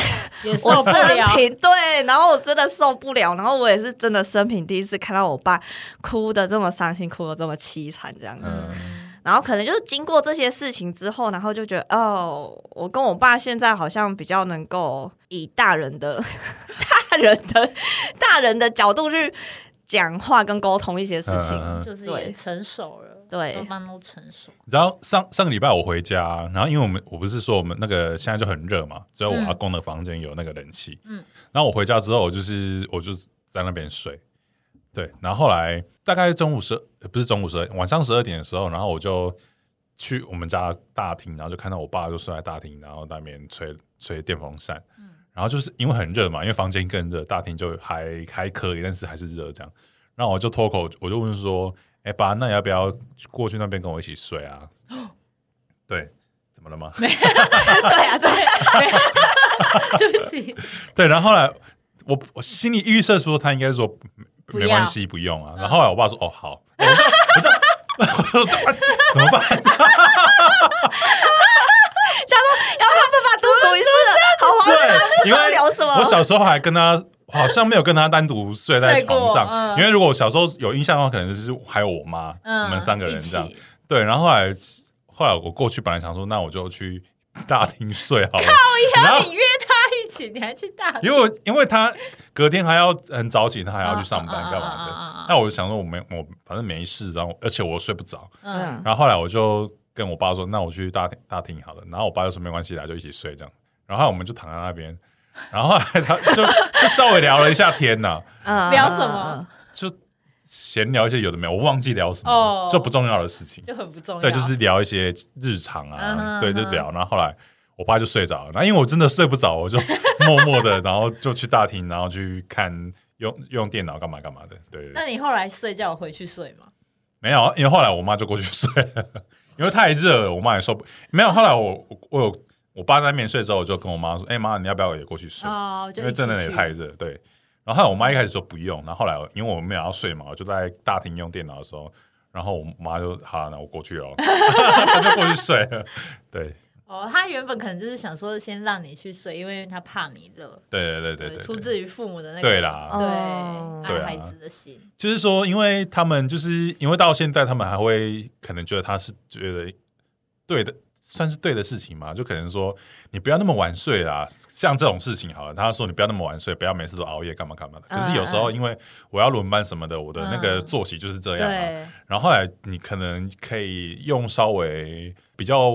[SPEAKER 2] 也受
[SPEAKER 3] 我
[SPEAKER 2] 不
[SPEAKER 3] 真的
[SPEAKER 2] 了，
[SPEAKER 3] 挺对，然后我真的受不了，然后我也是真的生平第一次看到我爸哭的这么伤心，哭的这么凄惨这样子。
[SPEAKER 1] 嗯
[SPEAKER 3] 然后可能就是经过这些事情之后，然后就觉得哦，我跟我爸现在好像比较能够以大人的、 大人的、大人的角度去讲话跟沟通一些事情。
[SPEAKER 1] 嗯嗯
[SPEAKER 2] 就是
[SPEAKER 3] 对
[SPEAKER 2] 也成熟了，
[SPEAKER 3] 对哦
[SPEAKER 2] 慢慢都成熟。
[SPEAKER 1] 然后上上个礼拜我回家，然后因为我们我不是说我们那个现在就很热嘛，只有我
[SPEAKER 2] 嗯
[SPEAKER 1] 阿公的房间有那个冷气，嗯
[SPEAKER 2] 嗯，
[SPEAKER 1] 然后我回家之后，我就是我就在那边睡，对，然后后来大概中午十呃不是中午十二晚上十二点的时候，然后我就去我们家大厅，然后就看到我爸就睡在大厅，然后在那边吹吹电风扇，
[SPEAKER 2] 嗯
[SPEAKER 1] 然后就是因为很热嘛，因为房间更热，大厅就还还可以，但是还是热这样，然后我就脱口我就问说。哎、爸，那你要不要过去那边跟我一起睡啊？ 对，怎么了吗？
[SPEAKER 3] 对啊，对啊，
[SPEAKER 2] 对不起，
[SPEAKER 1] 对，然后后来我我心里预设说他应该说
[SPEAKER 2] 不
[SPEAKER 1] 没
[SPEAKER 2] 要
[SPEAKER 1] 关系，不用啊。然后后来我爸说，哦，好， 我说，我说，我说，啊怎么办？
[SPEAKER 3] 然后他爸爸独处一室了，好慌张，
[SPEAKER 1] 对，
[SPEAKER 3] 不知
[SPEAKER 1] 因
[SPEAKER 3] 道
[SPEAKER 1] 为
[SPEAKER 3] 聊什么。
[SPEAKER 1] 我小时候还跟他。好像没有跟他单独睡在
[SPEAKER 2] 睡过
[SPEAKER 1] 床上，
[SPEAKER 2] 嗯
[SPEAKER 1] 因为如果我小时候有印象的话，可能就是还有我妈，
[SPEAKER 2] 嗯，
[SPEAKER 1] 我们三个人
[SPEAKER 2] 一起
[SPEAKER 1] 这样。对，然后后来后来我过去本来想说，那我就去大厅睡好了。然
[SPEAKER 2] 然
[SPEAKER 1] 后
[SPEAKER 2] 后你约他一起，你还去 大
[SPEAKER 1] 因为我因为他隔天还要很早起，他还要去上
[SPEAKER 2] 啊啊
[SPEAKER 1] 班
[SPEAKER 2] 啊
[SPEAKER 1] 干
[SPEAKER 2] 啊
[SPEAKER 1] 嘛
[SPEAKER 2] 啊啊啊
[SPEAKER 1] 的？那我就想说我没我反正没事，然后而且我又睡不 着，
[SPEAKER 2] 嗯，
[SPEAKER 1] 然后后来我就跟我爸说，那我去大厅大厅好了。然后我爸就说没关系啦，就一起睡这样。然后我们就躺在那边，然后后来他 就就稍微聊了一下天呐、
[SPEAKER 3] 嗯
[SPEAKER 2] 聊什么？
[SPEAKER 1] 就闲聊一些有的没有，我忘记聊什么，
[SPEAKER 2] 哦
[SPEAKER 1] 就不重要的事情。
[SPEAKER 2] 就很不重要。
[SPEAKER 1] 对，就是聊一些日常
[SPEAKER 2] 嗯
[SPEAKER 1] 啊，
[SPEAKER 2] 哼
[SPEAKER 1] 对，就
[SPEAKER 2] 嗯哼
[SPEAKER 1] 聊。然后后来我爸就睡着了，然后因为我真的睡不着，我就默默的，然后就去大厅，然后去看用用电脑干嘛干嘛的。对对，对
[SPEAKER 2] 那你后来睡觉回去睡吗？
[SPEAKER 1] 没有，因为后来我妈就过去睡了，因为太热了，我妈也受不。没有，后来我我我有我爸在那边睡之后，我就跟我妈说：“哎、妈，你要不要也过去睡？”
[SPEAKER 2] 哦，就
[SPEAKER 1] 因为
[SPEAKER 2] 一起
[SPEAKER 1] 真的也
[SPEAKER 2] 去
[SPEAKER 1] 太热，对。然后后来我妈一开始说不用，然后后来因为我没有要睡嘛，我就在大厅用电脑的时候，然后我妈就好、那我过去 了，她就过去睡了。对
[SPEAKER 2] 哦，他原本可能就是想说先让你去睡，因为他怕你热，
[SPEAKER 1] 对对对对对，
[SPEAKER 2] 出自于父母的那个
[SPEAKER 1] 对啦，
[SPEAKER 2] 对
[SPEAKER 3] 哦
[SPEAKER 1] 对
[SPEAKER 2] 爱
[SPEAKER 1] 啊
[SPEAKER 2] 孩子的心，
[SPEAKER 1] 就是说，因为他们就是因为到现在，他们还会可能觉得他是觉得对的，算是对的事情嘛，就可能说你不要那么晚睡啦，像这种事情好了，他说你不要那么晚睡，不要每次都熬夜干嘛干嘛的。可是有时候因为我要轮班什么的，我的那个
[SPEAKER 2] 嗯
[SPEAKER 1] 作息就是这样啊。
[SPEAKER 2] 对，
[SPEAKER 1] 然后后来你可能可以用稍微比较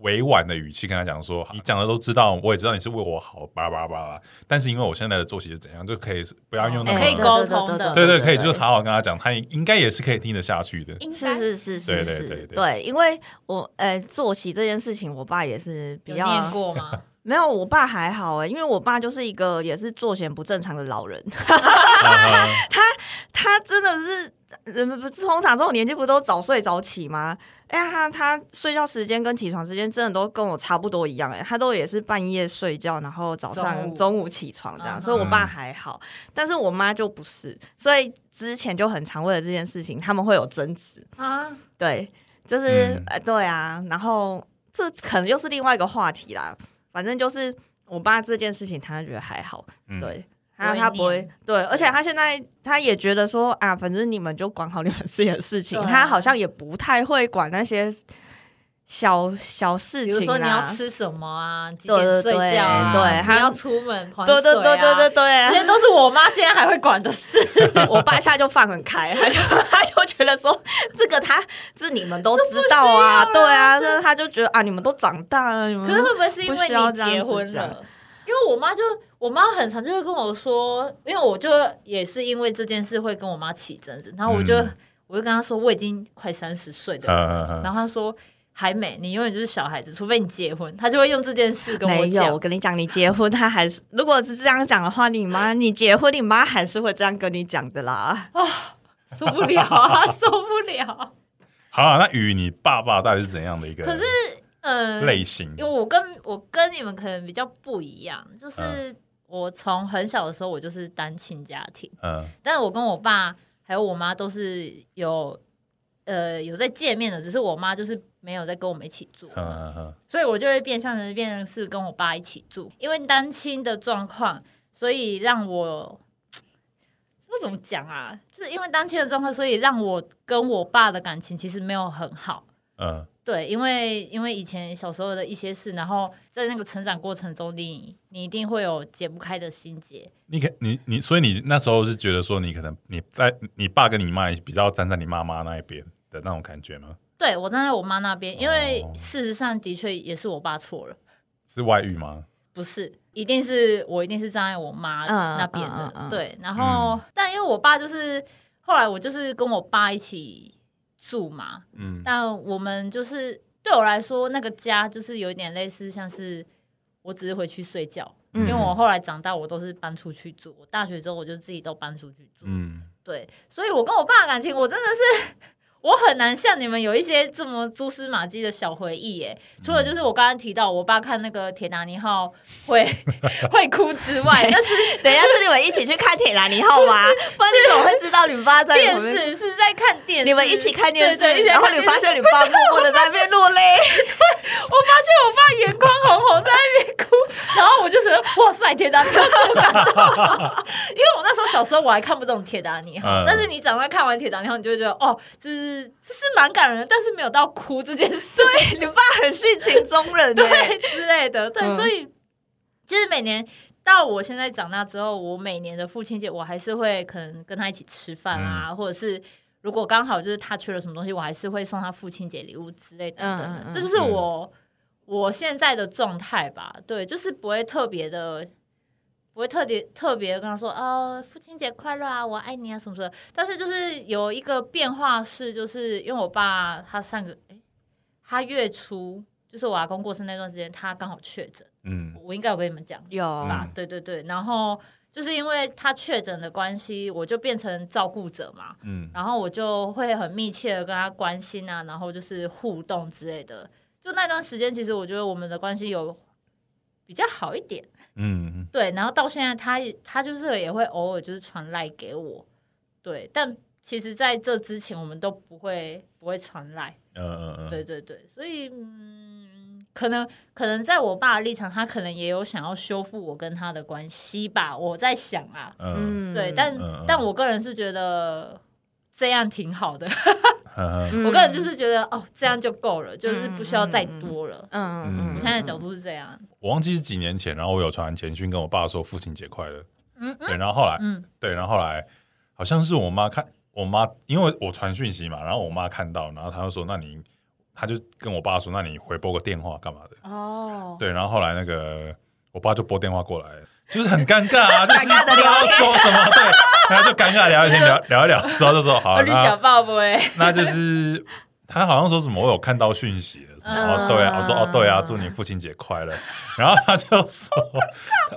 [SPEAKER 1] 委婉的语气跟他讲说，你讲的都知道，我也知道你是为我好，巴拉巴拉巴拉。但是因为我现在的作息是怎样，就可以不要用那
[SPEAKER 3] 嗯
[SPEAKER 2] 哎
[SPEAKER 1] 么、
[SPEAKER 2] 可以沟通
[SPEAKER 1] 嗯
[SPEAKER 2] 的
[SPEAKER 1] 对对，可以就是好好跟他讲，他也应该也是可以听得下去 的。
[SPEAKER 2] 应该
[SPEAKER 3] 是是是
[SPEAKER 1] 对
[SPEAKER 3] 是
[SPEAKER 1] 对
[SPEAKER 3] 是，
[SPEAKER 1] 对对
[SPEAKER 3] 对，因为我呃作息这件事情，我爸也是比
[SPEAKER 2] 有
[SPEAKER 3] 较
[SPEAKER 2] 念过吗？
[SPEAKER 3] 没有，我爸还好哎、因为我爸就是一个也是作息不正常的老人，
[SPEAKER 1] 嗯
[SPEAKER 3] 他真的是，人不通常这种年纪不都早睡早起吗？哎、呀，他他睡觉时间跟起床时间真的都跟我差不多一样哎、他都也是半夜睡觉，然后早上
[SPEAKER 2] 中
[SPEAKER 3] 中
[SPEAKER 2] 午
[SPEAKER 3] 午起床这样，
[SPEAKER 2] 嗯
[SPEAKER 3] 所以我爸还好，但是我妈就不是，所以之前就很常为了这件事情他们会有争执，
[SPEAKER 2] 啊，
[SPEAKER 3] 对，就是、
[SPEAKER 1] 嗯
[SPEAKER 3] 呃，对啊，然后这可能又是另外一个话题啦。反正就是我爸这件事情，他觉得还好，
[SPEAKER 1] 嗯，
[SPEAKER 3] 对。他
[SPEAKER 2] 不会
[SPEAKER 3] 他不会
[SPEAKER 2] 念
[SPEAKER 3] 对，而且他现在他也觉得说啊，反正你们就管好你们自己的事 情，
[SPEAKER 2] 对啊
[SPEAKER 3] 他好像也不太会管那些小小事
[SPEAKER 2] 比
[SPEAKER 3] 情
[SPEAKER 2] 如
[SPEAKER 3] 啦。
[SPEAKER 2] 说你要吃什么啊，几
[SPEAKER 3] 对
[SPEAKER 2] 点
[SPEAKER 3] 对
[SPEAKER 2] 睡
[SPEAKER 3] 对
[SPEAKER 2] 觉啊，
[SPEAKER 1] 对
[SPEAKER 2] 你
[SPEAKER 3] 他
[SPEAKER 2] 要出门还
[SPEAKER 3] 对对
[SPEAKER 2] 水
[SPEAKER 3] 对对对嗯
[SPEAKER 2] 啊，这些
[SPEAKER 3] 对，
[SPEAKER 2] 都是我妈现在还会管的 事，
[SPEAKER 3] 我爸现在就放很开，他就他就觉得说这个他这你们都知道啊，对啊，这他就觉得啊，你们都长大了，你们
[SPEAKER 2] 可是会不会是因为
[SPEAKER 3] 不需要
[SPEAKER 2] 你
[SPEAKER 3] 这样
[SPEAKER 2] 结婚
[SPEAKER 3] 子讲
[SPEAKER 2] 了？因为我妈就我妈很常就会跟我说，因为我就也是因为这件事会跟我妈起争执，然后我就、
[SPEAKER 1] 嗯
[SPEAKER 2] 我就跟她说我已经快三十岁的人了，
[SPEAKER 1] 呃，
[SPEAKER 2] 然后她说还没，你永远就是小孩子，除非你结婚，她就会用这件事跟我
[SPEAKER 3] 没有，
[SPEAKER 2] 讲
[SPEAKER 3] 我。跟你讲，你结婚他还是，如果是这样讲的话，你妈你结婚，你妈还是会这样跟你讲的啦。
[SPEAKER 2] 受不了 啊，受不了。
[SPEAKER 1] 好啊，那与你爸爸到底是怎样的一个
[SPEAKER 2] 可是嗯，
[SPEAKER 1] 类型？
[SPEAKER 2] 因为我跟我跟你们可能比较不一样，就是我从很小的时候我就是单亲家庭，
[SPEAKER 1] 嗯
[SPEAKER 2] 但是我跟我爸还有我妈都是有呃有在见面的，只是我妈就是没有在跟我们一起住，
[SPEAKER 1] 嗯嗯嗯，
[SPEAKER 2] 所以我就会变相的变成是跟我爸一起住，因为单亲的状况，所以让我。我怎么讲啊？就是因为单亲的状况，所以让我跟我爸的感情其实没有很好。
[SPEAKER 1] 嗯
[SPEAKER 2] 对，因为因为以前小时候的一些事，然后在那个成长过程中，你你一定会有解不开的心结。
[SPEAKER 1] 你可你你，所以你那时候是觉得说，你可能你在你爸跟你妈也比较站在你妈妈那一边的那种感觉吗？
[SPEAKER 2] 对我站在我妈那边，因为
[SPEAKER 1] 哦
[SPEAKER 2] 事实上的确也是我爸错了，
[SPEAKER 1] 是外遇吗？
[SPEAKER 2] 不是，一定是我一定是站在我妈
[SPEAKER 3] 嗯
[SPEAKER 2] 那边的
[SPEAKER 3] 嗯。嗯嗯
[SPEAKER 2] 对，然后、
[SPEAKER 1] 嗯
[SPEAKER 2] 但因为我爸就是后来我就是跟我爸一起住嘛，
[SPEAKER 1] 嗯
[SPEAKER 2] 但我们就是对我来说，那个家就是有一点类似，像是我只是回去睡觉，
[SPEAKER 3] 嗯
[SPEAKER 2] 因为我后来长大，我都是搬出去住。我大学之后，我就自己都搬出去住。
[SPEAKER 1] 嗯，
[SPEAKER 2] 对，所以我跟我爸的感情，我真的是。我很难像你们有一些这么蛛丝马迹的小回忆耶。除
[SPEAKER 3] 嗯
[SPEAKER 2] 了就是我刚刚提到我爸看那个《铁达尼号》会 会哭之外，但是
[SPEAKER 3] 等一下是你们一起去看《铁达尼号》吗？不然你怎么会知道你爸在你
[SPEAKER 2] 电
[SPEAKER 3] 旁边
[SPEAKER 2] 视是在看电视，
[SPEAKER 3] 你们一起看电视，
[SPEAKER 2] 对对一起看
[SPEAKER 3] 然后你
[SPEAKER 2] 电视
[SPEAKER 3] 发现你爸默默的在那边落泪，
[SPEAKER 2] 我发现我爸眼眶红红，在那边哭，然后我就觉得哇塞，铁达尼号这种感受， 因为我那时候小时候我还看不懂铁达尼号，
[SPEAKER 1] 嗯
[SPEAKER 2] 但是你长大看完铁达尼号，你就会觉得哦，就是这是蛮感人的，但是没有到哭这件事，
[SPEAKER 3] 你爸很性情中人欸 呢。
[SPEAKER 2] 对之类的，对，
[SPEAKER 3] 嗯
[SPEAKER 2] 所以其实每年。到我现在长大之后，我每年的父亲节，我还是会可能跟他一起吃饭啊，或者是如果刚好就是他缺了什么东西，我还是会送他父亲节礼物之类等等的。
[SPEAKER 3] 嗯嗯嗯
[SPEAKER 2] 这就是我、我现在的状态吧。对，就是不会特别的，不会特别特别地跟他说哦，父亲节快乐啊，我爱你啊什么什么。但是就是有一个变化是，就是因为我爸他上个诶，他月初就是我阿公过世那段时间，他刚好确诊，
[SPEAKER 1] 嗯
[SPEAKER 2] 我应该有跟你们讲。
[SPEAKER 3] 有
[SPEAKER 2] 吧
[SPEAKER 1] 嗯，
[SPEAKER 2] 对对对，然后就是因为他确诊的关系，我就变成照顾者嘛，
[SPEAKER 1] 嗯
[SPEAKER 2] 然后我就会很密切的跟他关心啊，然后就是互动之类的。就那段时间，其实我觉得我们的关系有比较好一点，
[SPEAKER 1] 嗯
[SPEAKER 2] 对。然后到现在他，也他就是也会偶尔就是传赖给我，对。但其实在这之前，我们都不会不会传赖，
[SPEAKER 1] 嗯
[SPEAKER 2] 对对对，所以嗯，可能可能在我爸的立场，他可能也有想要修复我跟他的关系吧，我在想啊，
[SPEAKER 1] 嗯
[SPEAKER 2] 对，但、
[SPEAKER 1] 嗯嗯
[SPEAKER 2] 但我个人是觉得这样挺好的，
[SPEAKER 1] 嗯，
[SPEAKER 2] 我个人就是觉得哦，这样就够了，就是不需要再
[SPEAKER 3] 嗯嗯嗯
[SPEAKER 2] 多了。
[SPEAKER 3] 嗯
[SPEAKER 1] 嗯
[SPEAKER 2] 我现在的角度是这样，
[SPEAKER 1] 我忘记是几年前，然后我有传简讯跟我爸说父亲节快乐，
[SPEAKER 2] 嗯嗯
[SPEAKER 1] 对，然后后来
[SPEAKER 2] 嗯
[SPEAKER 1] 对，然后后来好像是我妈看我妈，因为我传讯息嘛，然后我妈看到，然后她就说：“那你，她就跟我爸说，那你回拨个电话干嘛的
[SPEAKER 2] 哦？”，
[SPEAKER 1] 对，然后后来那个我爸就拨电话过来，就是很尴尬啊，就是不
[SPEAKER 3] 尬地
[SPEAKER 1] 知道说什么，对，然后就尴尬聊一天聊聊一聊之后就说：“好，
[SPEAKER 2] 哦，你
[SPEAKER 1] 那
[SPEAKER 2] 讲爸不会，
[SPEAKER 1] 那就是。”他好像说什么，我有看到讯息了，什么、
[SPEAKER 3] 嗯
[SPEAKER 1] 哦对啊，我说哦对啊，祝你父亲节快 乐。然后他就说，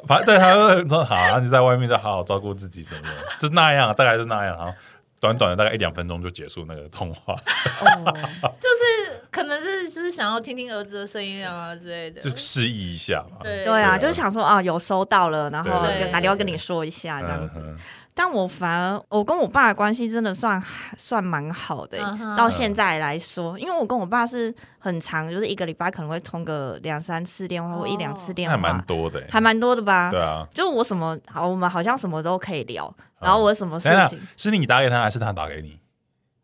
[SPEAKER 1] 反正对啊他就说好，那你在外面再好好照顾自己什么的，就那样，啊大概就那样，然后短短的大概一两分钟就结束那个通话，
[SPEAKER 3] 哦
[SPEAKER 2] 就是可能是就是想要听听儿子的声音啊之类的
[SPEAKER 1] 就，示意一下嘛。
[SPEAKER 2] 对
[SPEAKER 3] 对啊，
[SPEAKER 1] 对啊
[SPEAKER 3] 就是想说啊，有收到了，然后
[SPEAKER 1] 对
[SPEAKER 2] 对对
[SPEAKER 3] 打电话跟你说一下这样
[SPEAKER 1] 嗯
[SPEAKER 3] 子。
[SPEAKER 1] 嗯
[SPEAKER 3] 但我反而我跟我爸的关系真的算算蛮好的、欸
[SPEAKER 2] 嗯哼
[SPEAKER 3] 到现在来说，因为我跟我爸是很长，就是一个礼拜可能会通个两三次电话或
[SPEAKER 2] 哦
[SPEAKER 3] 一两次电
[SPEAKER 1] 还
[SPEAKER 3] 话，
[SPEAKER 1] 蛮多的欸，
[SPEAKER 3] 还蛮多的吧。
[SPEAKER 1] 对啊。
[SPEAKER 3] 就我什么好，我们好像什么都可以聊，然后我什么事
[SPEAKER 1] 等一下
[SPEAKER 3] 情，
[SPEAKER 1] 是你打给他还是他打给 你？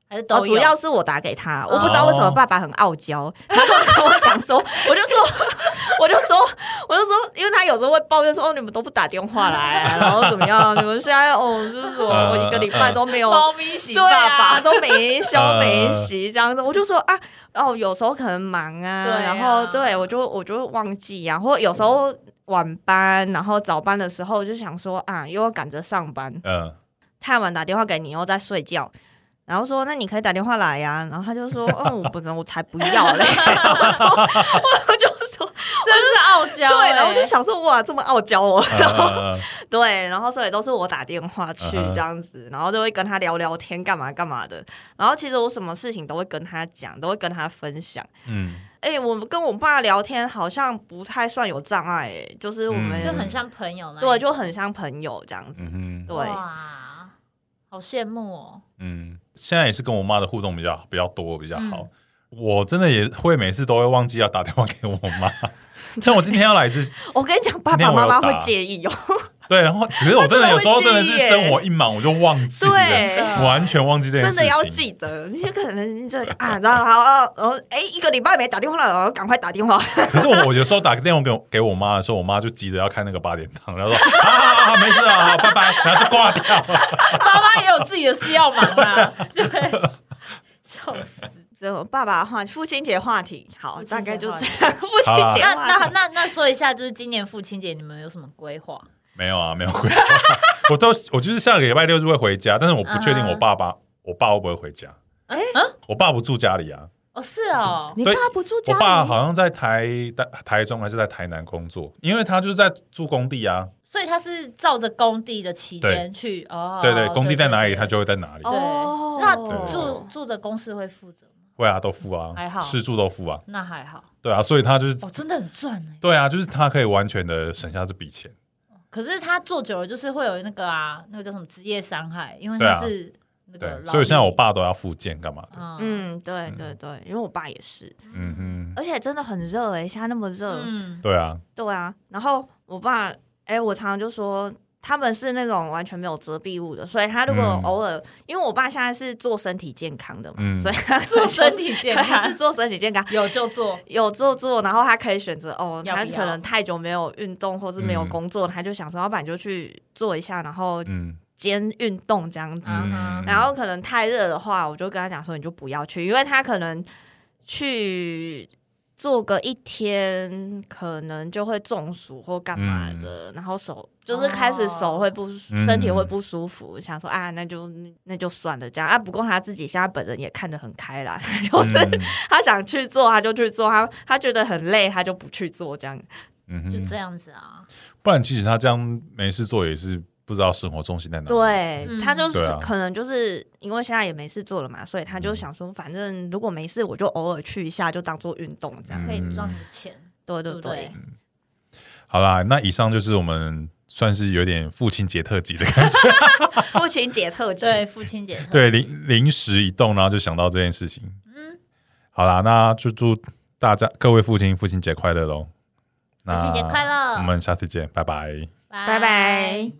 [SPEAKER 2] 还是
[SPEAKER 3] 哦，
[SPEAKER 2] 都
[SPEAKER 3] 主
[SPEAKER 2] 有
[SPEAKER 3] 要是我打给他，我不知道为什么爸爸很 傲娇，他就跟我想说，我就说，我就说， 我就说，因为他有时候会抱怨说，哦，你们都不打电话来啊，然后怎么样，你们现在哦，就是我
[SPEAKER 1] 嗯
[SPEAKER 3] 我一个礼拜都没有。
[SPEAKER 2] 猫咪型
[SPEAKER 3] 对
[SPEAKER 2] 爸爸
[SPEAKER 3] 啊，，都 没休
[SPEAKER 1] 嗯
[SPEAKER 3] 没息这样子，我就说啊，哦，有时候可能忙啊，
[SPEAKER 2] 对啊
[SPEAKER 3] 然后对我就我就会忘记啊，或有时候晚班，然后早班的时候我就想说啊，又要赶着上班，
[SPEAKER 1] 嗯，
[SPEAKER 3] 太晚打电话给你，又在睡觉。然后说，那你可以打电话来呀、然后他就 说，嗯，我不能，我才不要嘞。 我说，我就说，
[SPEAKER 2] 真是傲娇、
[SPEAKER 3] 对。
[SPEAKER 2] 欸。
[SPEAKER 3] 然后我就想说，哇，这么傲娇哦。
[SPEAKER 1] 嗯嗯嗯
[SPEAKER 3] 对，然后所以都是我打电话去
[SPEAKER 1] 嗯哼
[SPEAKER 3] 这样子，然后就会跟他聊聊天，干嘛干嘛的。然后其实我什么事情都会跟他讲，都会跟他分享。
[SPEAKER 1] 嗯，
[SPEAKER 3] 哎、我们跟我爸聊天好像不太算有障碍、哎，就是我们、
[SPEAKER 1] 嗯
[SPEAKER 2] 就很像朋友那一种
[SPEAKER 3] 对，就很像朋友这样子。
[SPEAKER 1] 嗯哼，
[SPEAKER 3] 对，
[SPEAKER 2] 哇，好羡慕哦。
[SPEAKER 1] 嗯，现在也是跟我妈的互动比较比较多，比较好。
[SPEAKER 3] 嗯
[SPEAKER 1] 我真的也会每次都会忘记要打电话给我妈， 像我今天要来 之
[SPEAKER 3] 我跟你讲，爸
[SPEAKER 1] 今天
[SPEAKER 3] 爸
[SPEAKER 1] 我
[SPEAKER 3] 妈
[SPEAKER 1] 有
[SPEAKER 3] 妈
[SPEAKER 1] 打
[SPEAKER 3] 会介意哦。
[SPEAKER 1] 对，然后其实我真的有时候真的是生活一忙我就忘记了，
[SPEAKER 3] 对，
[SPEAKER 1] 完全忘记这件
[SPEAKER 3] 真
[SPEAKER 1] 事情。
[SPEAKER 3] 的要记得，你可能就啊，然后好，然后哎，一个礼拜没打电话了，然后赶快打电话。
[SPEAKER 1] 可是我我有时候打个电话给我给我妈的时候，我妈就急着要看那个八点档，然后说 好好好好，没事啊，好拜拜，然后就挂掉了。
[SPEAKER 2] 爸 妈也有自己的事要忙啊， 对，笑死。
[SPEAKER 3] 这我爸爸的话，父亲节话题，好，
[SPEAKER 2] 父亲节
[SPEAKER 3] 大概就
[SPEAKER 2] 话
[SPEAKER 3] 这
[SPEAKER 2] 题
[SPEAKER 3] 样。 父亲节
[SPEAKER 2] 那
[SPEAKER 3] 话
[SPEAKER 2] 那
[SPEAKER 3] 题，
[SPEAKER 2] 那那说一下，就是今年父亲节你们有什么规划？
[SPEAKER 1] 没有啊，没有回家。我 都我就是下个礼拜六
[SPEAKER 3] 啊
[SPEAKER 1] 就会回家，但是我不确定我爸爸我爸会不会回家。
[SPEAKER 3] 哎
[SPEAKER 1] 我爸不住家里啊，
[SPEAKER 2] 哦，是哦，
[SPEAKER 3] 你
[SPEAKER 1] 对
[SPEAKER 3] 爸不住家
[SPEAKER 1] 我
[SPEAKER 3] 里，
[SPEAKER 1] 爸好像在台台台中还是在台南工作，因为他就是在住工地啊，
[SPEAKER 2] 所以他是照着工地的期间去哦，
[SPEAKER 1] 对对，工地在哪里
[SPEAKER 2] 对
[SPEAKER 1] 他就会在哪里，
[SPEAKER 2] 对
[SPEAKER 3] 哦
[SPEAKER 2] 那
[SPEAKER 1] 对
[SPEAKER 2] 住住的公司会负责吗？
[SPEAKER 1] 会啊都付啊，
[SPEAKER 2] 还好
[SPEAKER 1] 吃住都付啊，
[SPEAKER 2] 那还好，
[SPEAKER 1] 对啊，所以他就是
[SPEAKER 2] 哦，真的很赚哎。
[SPEAKER 1] 对啊，就是他可以完全的省下这笔钱，
[SPEAKER 2] 可是他做久了，就是会有那个啊，那个叫什么职业伤害，因为
[SPEAKER 1] 对
[SPEAKER 2] 他
[SPEAKER 1] 啊
[SPEAKER 2] 是那
[SPEAKER 1] 对
[SPEAKER 2] 个劳，力，
[SPEAKER 1] 所以现在我爸都要复健干嘛的，
[SPEAKER 2] 嗯
[SPEAKER 3] 嗯，对对对，因为我爸也是，
[SPEAKER 1] 嗯哼，
[SPEAKER 3] 而且真的很热哎、现在那么热，
[SPEAKER 2] 嗯，
[SPEAKER 1] 对啊，
[SPEAKER 3] 对啊。然后我爸，哎、我常常就说他们是那种完全没有遮蔽物的，所以他如果
[SPEAKER 1] 嗯
[SPEAKER 3] 偶尔，因为我爸现在是做身体健康的嘛，
[SPEAKER 1] 嗯
[SPEAKER 3] 所以他
[SPEAKER 2] 做身体健
[SPEAKER 3] 他
[SPEAKER 2] 康
[SPEAKER 3] 是做身体健康，
[SPEAKER 2] 有就做，
[SPEAKER 3] 有做做，然后他可以选择哦，
[SPEAKER 2] 要不
[SPEAKER 3] 他
[SPEAKER 2] 要
[SPEAKER 3] 可能太久没有运动或是没有
[SPEAKER 1] 嗯
[SPEAKER 3] 工作，他就想说，要不然就去做一下，然后
[SPEAKER 1] 嗯
[SPEAKER 3] 兼运动这样子。
[SPEAKER 2] 嗯
[SPEAKER 1] 嗯，
[SPEAKER 3] 然后可能太热的话，我就跟他讲说，你就不要去，因为他可能去做个一天，可能就会中暑或干嘛的，然后手就是开始手会不、
[SPEAKER 1] 嗯
[SPEAKER 3] 身体会不舒服，想说啊，那就那就算了这样啊。不过他自己现在本人也看得很开啦， 就是、
[SPEAKER 1] 嗯
[SPEAKER 3] 他想去做他就去做，他他觉得很累他就不去做这样。
[SPEAKER 1] 嗯
[SPEAKER 2] 就
[SPEAKER 1] 哼，
[SPEAKER 2] 这样子啊。
[SPEAKER 1] 不然其实他这样没事做也是不知道生活重心在哪里，
[SPEAKER 3] 对、
[SPEAKER 2] 嗯
[SPEAKER 3] 他就是、
[SPEAKER 1] 对啊嗯
[SPEAKER 3] 可能就是因为现在也没事做了嘛，所以他就想说，反正如果没事，我就偶尔去一下，就当做运动这样。
[SPEAKER 1] 嗯
[SPEAKER 2] 可以赚点钱，
[SPEAKER 3] 对
[SPEAKER 2] 对
[SPEAKER 3] 对
[SPEAKER 2] 不
[SPEAKER 3] 对，
[SPEAKER 2] 对？
[SPEAKER 1] 好啦，那以上就是我们算是有点父亲节特辑的感觉，
[SPEAKER 3] 父亲节特辑，
[SPEAKER 2] 对，父亲节特
[SPEAKER 1] 对，
[SPEAKER 2] 辑
[SPEAKER 1] 临临时一动，然后就想到这件事情。
[SPEAKER 2] 嗯，
[SPEAKER 1] 好啦，那就祝大家各位父亲父亲节快乐喽！
[SPEAKER 2] 父亲节快乐
[SPEAKER 1] 我们下次见，拜拜。
[SPEAKER 2] 拜
[SPEAKER 3] 拜拜。